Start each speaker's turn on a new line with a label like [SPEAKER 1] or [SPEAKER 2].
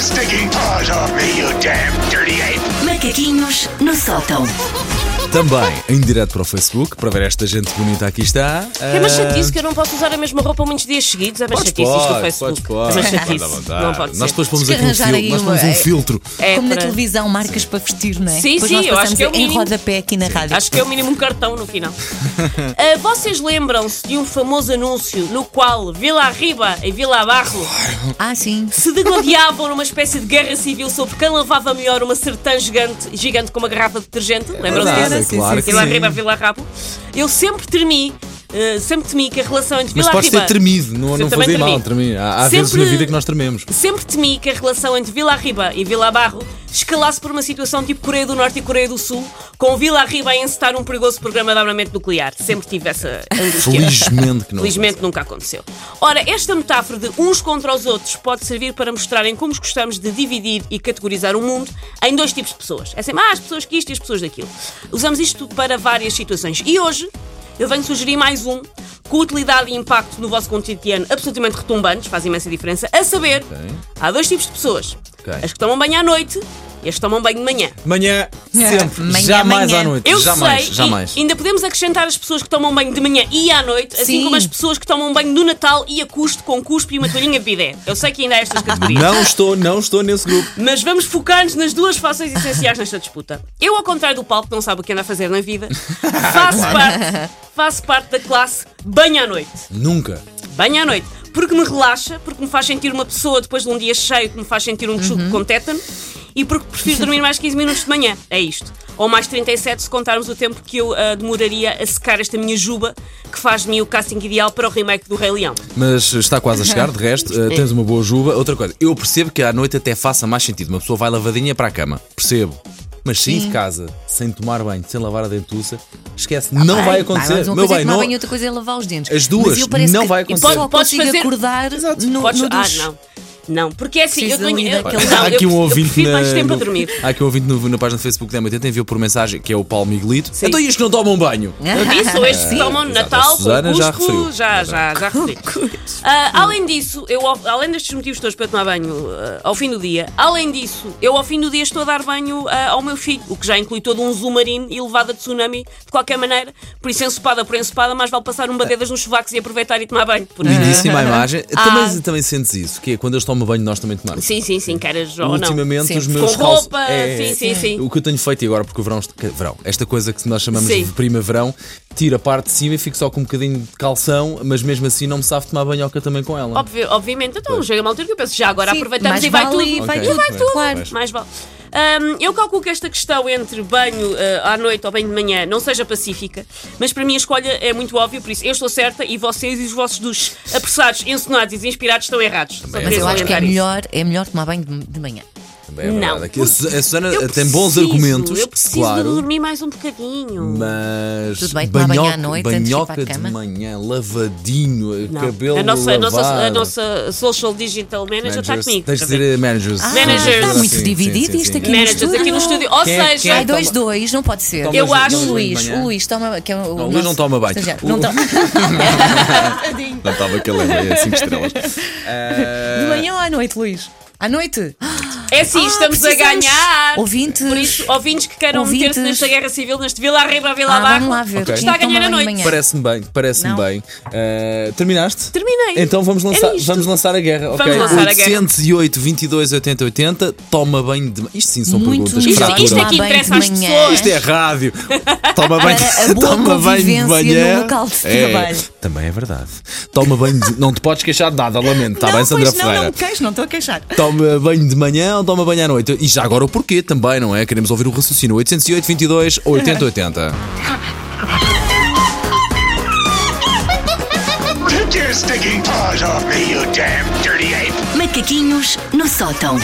[SPEAKER 1] stinking paws off me, you damn dirty ape!
[SPEAKER 2] Macaquinhos no sótão.
[SPEAKER 3] Também em direto para o Facebook, para ver esta gente bonita aqui está. Ah,
[SPEAKER 4] É uma chatice que eu não posso usar a mesma roupa muitos dias seguidos. É uma
[SPEAKER 3] Podes,
[SPEAKER 4] chatice isto do
[SPEAKER 3] podes,
[SPEAKER 4] Facebook.
[SPEAKER 3] podes, podes.
[SPEAKER 4] É uma
[SPEAKER 3] Pode à
[SPEAKER 4] chatice.
[SPEAKER 3] vontade.
[SPEAKER 4] Não pode ser.
[SPEAKER 3] Nós depois pomos
[SPEAKER 5] Tens
[SPEAKER 3] aqui
[SPEAKER 5] que
[SPEAKER 3] um,
[SPEAKER 5] arranjar
[SPEAKER 3] fil-
[SPEAKER 5] aí
[SPEAKER 3] nós
[SPEAKER 5] uma-
[SPEAKER 3] pomos um
[SPEAKER 5] é.
[SPEAKER 3] filtro.
[SPEAKER 4] É
[SPEAKER 5] Como na
[SPEAKER 4] para-
[SPEAKER 5] televisão, marcas para vestir, não é?
[SPEAKER 4] Sim,
[SPEAKER 5] Depois
[SPEAKER 4] sim,
[SPEAKER 5] nós
[SPEAKER 4] eu acho
[SPEAKER 5] passamos
[SPEAKER 4] que é o
[SPEAKER 5] em
[SPEAKER 4] mínimo.
[SPEAKER 5] rodapé aqui na rádio.
[SPEAKER 4] Acho que é o mínimo um cartão no final. Ah, vocês lembram-se de um famoso anúncio no qual Vila Arriba e Vila Barro
[SPEAKER 5] Ah, sim.
[SPEAKER 4] se degladiavam numa espécie de guerra civil sobre quem levava melhor uma sertã gigante, gigante com uma garrafa de detergente? Lembram-se
[SPEAKER 3] Verdade,
[SPEAKER 4] disso?
[SPEAKER 3] é claro que
[SPEAKER 4] Vila
[SPEAKER 3] sim.
[SPEAKER 4] Arriba, Vila Rabo. Eu sempre temi, eh, sempre temi que a relação entre
[SPEAKER 3] Mas
[SPEAKER 4] Vila
[SPEAKER 3] podes
[SPEAKER 4] Arriba.
[SPEAKER 3] ter tremido, não,
[SPEAKER 4] Sim,
[SPEAKER 3] não
[SPEAKER 4] também
[SPEAKER 3] fazia
[SPEAKER 4] tremi.
[SPEAKER 3] mal, tremi. Há, há
[SPEAKER 4] Sempre-
[SPEAKER 3] vezes na vida que nós trememos.
[SPEAKER 4] Sempre temi que a relação entre Vila Arriba e Vila Barro escalasse por uma situação tipo Coreia do Norte e Coreia do Sul, com Vila Arriba a encetar um perigoso programa de armamento nuclear. Sempre tive essa angústia.
[SPEAKER 3] Felizmente que não.
[SPEAKER 4] Felizmente nunca aconteceu. Ora, esta metáfora de uns contra os outros pode servir para mostrarem como gostamos de dividir e categorizar o mundo em dois tipos de pessoas. É sempre, ah, as pessoas que isto e as pessoas daquilo. Usamos isto tudo para várias situações. E hoje eu venho sugerir mais um com utilidade e impacto no vosso cotidiano absolutamente retumbantes, faz imensa diferença, a saber, há dois tipos de pessoas.
[SPEAKER 3] Ok.
[SPEAKER 4] As que tomam banho à noite e as que tomam banho de manhã.
[SPEAKER 3] Manhã, sempre,
[SPEAKER 5] Manhã,
[SPEAKER 3] jamais
[SPEAKER 5] manhã.
[SPEAKER 3] à noite.
[SPEAKER 4] Eu
[SPEAKER 3] jamais,
[SPEAKER 4] sei, e
[SPEAKER 3] jamais.
[SPEAKER 4] ainda podemos acrescentar as pessoas que tomam banho de manhã e à noite, assim
[SPEAKER 5] Sim.
[SPEAKER 4] como as pessoas que tomam banho no Natal e a custo com cuspe e uma toalhinha de bidé. Eu sei que ainda há estas categorias.
[SPEAKER 3] Não estou, não estou nesse grupo.
[SPEAKER 4] Mas vamos focar-nos nas duas fações essenciais nesta disputa. Eu, ao contrário do Paulo, que não sabe o que anda a fazer na vida, faço, parte, faço parte da classe banho à noite.
[SPEAKER 3] Nunca.
[SPEAKER 4] Banho à noite. Porque me relaxa, porque me faz sentir uma pessoa depois de um dia cheio, que me faz sentir um
[SPEAKER 5] Uhum.
[SPEAKER 4] chuco com tétano e porque prefiro dormir mais 15 minutos de manhã. É isto. Ou mais 37 se contarmos o tempo que eu ah, demoraria a secar esta minha juba, que faz de mim o casting ideal para o remake do Rei Leão.
[SPEAKER 3] Mas está quase a chegar, de resto,
[SPEAKER 5] É.
[SPEAKER 3] eh, tens uma boa juba. Outra coisa, eu percebo que à noite até faça mais sentido. Uma pessoa vai lavadinha para a cama, percebo. Mas sair de casa sem tomar banho, sem lavar a dentuça, esquece, não
[SPEAKER 5] Ah, Bem,
[SPEAKER 3] vai
[SPEAKER 5] mas
[SPEAKER 3] acontecer. Meu
[SPEAKER 5] uma coisa é
[SPEAKER 3] bem,
[SPEAKER 5] tomar
[SPEAKER 3] não.
[SPEAKER 5] banho, outra coisa é lavar os dentes.
[SPEAKER 3] As duas,
[SPEAKER 5] Mas eu parece
[SPEAKER 3] não
[SPEAKER 5] que
[SPEAKER 3] vai
[SPEAKER 5] eu
[SPEAKER 3] acontecer.
[SPEAKER 5] Só
[SPEAKER 4] Pode- podes
[SPEAKER 5] consigo
[SPEAKER 4] fazer-
[SPEAKER 5] acordar
[SPEAKER 3] Exato.
[SPEAKER 5] no,
[SPEAKER 4] Podes-
[SPEAKER 5] no
[SPEAKER 4] Ah,
[SPEAKER 5] duche.
[SPEAKER 4] não. Não, porque é assim, eu
[SPEAKER 5] Preciso
[SPEAKER 4] tenho.
[SPEAKER 5] ali
[SPEAKER 4] Eu,
[SPEAKER 5] daquele-
[SPEAKER 4] não,
[SPEAKER 3] Há aqui um
[SPEAKER 4] eu, eu
[SPEAKER 3] ouvinte
[SPEAKER 4] prefiro
[SPEAKER 3] na,
[SPEAKER 4] mais tempo a
[SPEAKER 3] no-
[SPEAKER 4] dormir.
[SPEAKER 3] Há aqui um ouvinte no- na página do Facebook da M80 enviou por mensagem que é o Paulo Miguelito.
[SPEAKER 4] Sim.
[SPEAKER 3] Então e os que não tomam banho?
[SPEAKER 5] Ah.
[SPEAKER 4] Eu disse, ou este
[SPEAKER 3] Sim.
[SPEAKER 4] tomam no
[SPEAKER 3] Exato. A
[SPEAKER 4] um Natal,
[SPEAKER 3] Susana
[SPEAKER 4] com
[SPEAKER 3] já
[SPEAKER 4] cusco,
[SPEAKER 3] referiu.
[SPEAKER 4] já, já, já referi. Ah, além disso, eu, ao- além destes motivos todos para tomar banho ah, ao fim do dia, além disso, eu ao fim do dia estou a dar banho ah, ao meu filho, o que já inclui todo um submarino e levada de tsunami, de qualquer maneira, por isso ensopada por ensopada, mais vale passar um badedas nos chuvacos e aproveitar e tomar banho. Por
[SPEAKER 3] Uhum.
[SPEAKER 4] aí.
[SPEAKER 3] Lindíssima a imagem.
[SPEAKER 4] Ah.
[SPEAKER 3] Também, também sentes isso, que é quando eles tomam banho, nós também tomamos.
[SPEAKER 4] Sim, sim, sim, queres ou não.
[SPEAKER 3] Ultimamente
[SPEAKER 5] Sim.
[SPEAKER 3] os meus
[SPEAKER 4] Com
[SPEAKER 3] calços.
[SPEAKER 4] roupa, sim, sim, sim.
[SPEAKER 3] O que eu tenho feito e agora, porque o verão, está- que- verão, esta coisa que nós chamamos
[SPEAKER 4] Sim.
[SPEAKER 3] de prima-verão, tiro a parte de cima e fico só com um bocadinho de calção, mas mesmo assim não me sabe tomar banhoca também com ela.
[SPEAKER 4] Obvi- obviamente, então chega uma altura que eu penso, já agora
[SPEAKER 5] Sim,
[SPEAKER 4] aproveitamos
[SPEAKER 5] mais
[SPEAKER 4] e vai
[SPEAKER 5] vale e
[SPEAKER 4] tudo.
[SPEAKER 5] vai
[SPEAKER 3] Ok.
[SPEAKER 5] tudo,
[SPEAKER 3] Vai tudo.
[SPEAKER 5] claro.
[SPEAKER 4] Mais vale. Hum, eu calculo que esta questão entre banho eh, à noite ou banho de manhã não seja pacífica, mas para mim a escolha é muito óbvia, por isso eu estou certa e vocês e os vossos dos apressados, encenados e desinspirados estão errados. Só
[SPEAKER 3] é
[SPEAKER 4] queria
[SPEAKER 5] Mas eu acho que é
[SPEAKER 4] salientar isso.
[SPEAKER 5] melhor, é melhor tomar banho de, de manhã.
[SPEAKER 3] Também é verdade.
[SPEAKER 4] não,
[SPEAKER 3] Aqui a Su- a Susana
[SPEAKER 4] Eu
[SPEAKER 3] tem bons
[SPEAKER 4] preciso,
[SPEAKER 3] argumentos,
[SPEAKER 4] Eu preciso de
[SPEAKER 3] claro.
[SPEAKER 4] dormir mais um bocadinho.
[SPEAKER 3] Mas
[SPEAKER 5] Tudo bem, tomar banho à noite antes de ir para a
[SPEAKER 3] banhoca de
[SPEAKER 5] cama.
[SPEAKER 3] manhã, lavadinho,
[SPEAKER 4] Não.
[SPEAKER 3] cabelo
[SPEAKER 4] a, nossa, a,
[SPEAKER 3] lavado.
[SPEAKER 4] nossa, a nossa social digital manager está
[SPEAKER 3] Managers.
[SPEAKER 4] comigo.
[SPEAKER 3] Tens de
[SPEAKER 4] está bem?
[SPEAKER 3] dizer managers.
[SPEAKER 4] Managers.
[SPEAKER 3] Sim,
[SPEAKER 4] Está
[SPEAKER 5] Ah, tá muito
[SPEAKER 3] sim,
[SPEAKER 5] dividido
[SPEAKER 3] sim,
[SPEAKER 5] isto
[SPEAKER 3] sim.
[SPEAKER 5] aqui.
[SPEAKER 4] Managers aqui no estúdio. Ou
[SPEAKER 3] Quem é-
[SPEAKER 4] seja,
[SPEAKER 3] quem é
[SPEAKER 5] Ai, dois,
[SPEAKER 3] toma-
[SPEAKER 5] dois, não pode ser.
[SPEAKER 3] Tomas-
[SPEAKER 4] Eu acho-
[SPEAKER 5] O
[SPEAKER 3] tomas
[SPEAKER 5] Luís,
[SPEAKER 3] banho de manhã.
[SPEAKER 5] o Luís toma. Que é o
[SPEAKER 3] Não, o Luís não toma banho.
[SPEAKER 5] estagiário.
[SPEAKER 3] O-
[SPEAKER 5] Não toma. Tadinho.
[SPEAKER 3] Não estava que lembra, é 5 estrelas.
[SPEAKER 5] De manhã ou à noite, Luís? À noite?
[SPEAKER 4] é assim, estamos a
[SPEAKER 5] Ah, precisamos.
[SPEAKER 4] ganhar.
[SPEAKER 5] Ouvintes.
[SPEAKER 4] Por isso, ouvintes que queiram
[SPEAKER 5] Ouvintes.
[SPEAKER 4] meter-se nesta guerra civil, neste Vila Arriba, Vila
[SPEAKER 5] Ah,
[SPEAKER 4] Barro,
[SPEAKER 5] vamos lá ver.
[SPEAKER 3] Ok.
[SPEAKER 4] está a
[SPEAKER 5] Quem toma
[SPEAKER 4] ganhar a
[SPEAKER 5] banho de
[SPEAKER 4] noite.
[SPEAKER 5] manhã?
[SPEAKER 3] Parece-me bem, parece-me
[SPEAKER 5] É. Não.
[SPEAKER 3] bem. Eh, terminaste?
[SPEAKER 4] Terminei.
[SPEAKER 3] Então vamos
[SPEAKER 4] Era
[SPEAKER 3] lançar,
[SPEAKER 4] isto.
[SPEAKER 3] vamos lançar a guerra. ok?
[SPEAKER 4] Vamos lançar a guerra.
[SPEAKER 3] 808, 22, 80, 80. Toma banho de. Isto sim são
[SPEAKER 5] Muito
[SPEAKER 3] perguntas
[SPEAKER 4] Isto,
[SPEAKER 3] que
[SPEAKER 5] melhor.
[SPEAKER 4] isto é
[SPEAKER 3] fraturam.
[SPEAKER 4] que
[SPEAKER 5] Tomar
[SPEAKER 4] interessa
[SPEAKER 5] banho
[SPEAKER 4] às
[SPEAKER 5] de manhã.
[SPEAKER 4] pessoas.
[SPEAKER 3] Isto é rádio. Toma banho,
[SPEAKER 5] Para a boa
[SPEAKER 3] toma banho de
[SPEAKER 5] convivência
[SPEAKER 3] manhã.
[SPEAKER 5] no local de
[SPEAKER 3] É,
[SPEAKER 5] trabalho.
[SPEAKER 3] também é verdade. Toma banho de. Não te podes queixar de nada, lamento. Está Tá bem, Sandra Ferreira?
[SPEAKER 5] queixo, não estou a queixar.
[SPEAKER 3] Toma banho de manhã ou toma banho à noite? E já agora o porquê também, não é? Queremos ouvir o raciocínio. 808, 22, 80, 80.
[SPEAKER 1] Take your stinking paws off me, you damn dirty ape!
[SPEAKER 2] Macaquinhos no sótão.